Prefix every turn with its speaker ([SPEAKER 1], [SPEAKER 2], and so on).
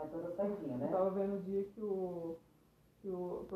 [SPEAKER 1] É toda certinha,
[SPEAKER 2] Eu
[SPEAKER 1] né?
[SPEAKER 2] tava vendo o dia que o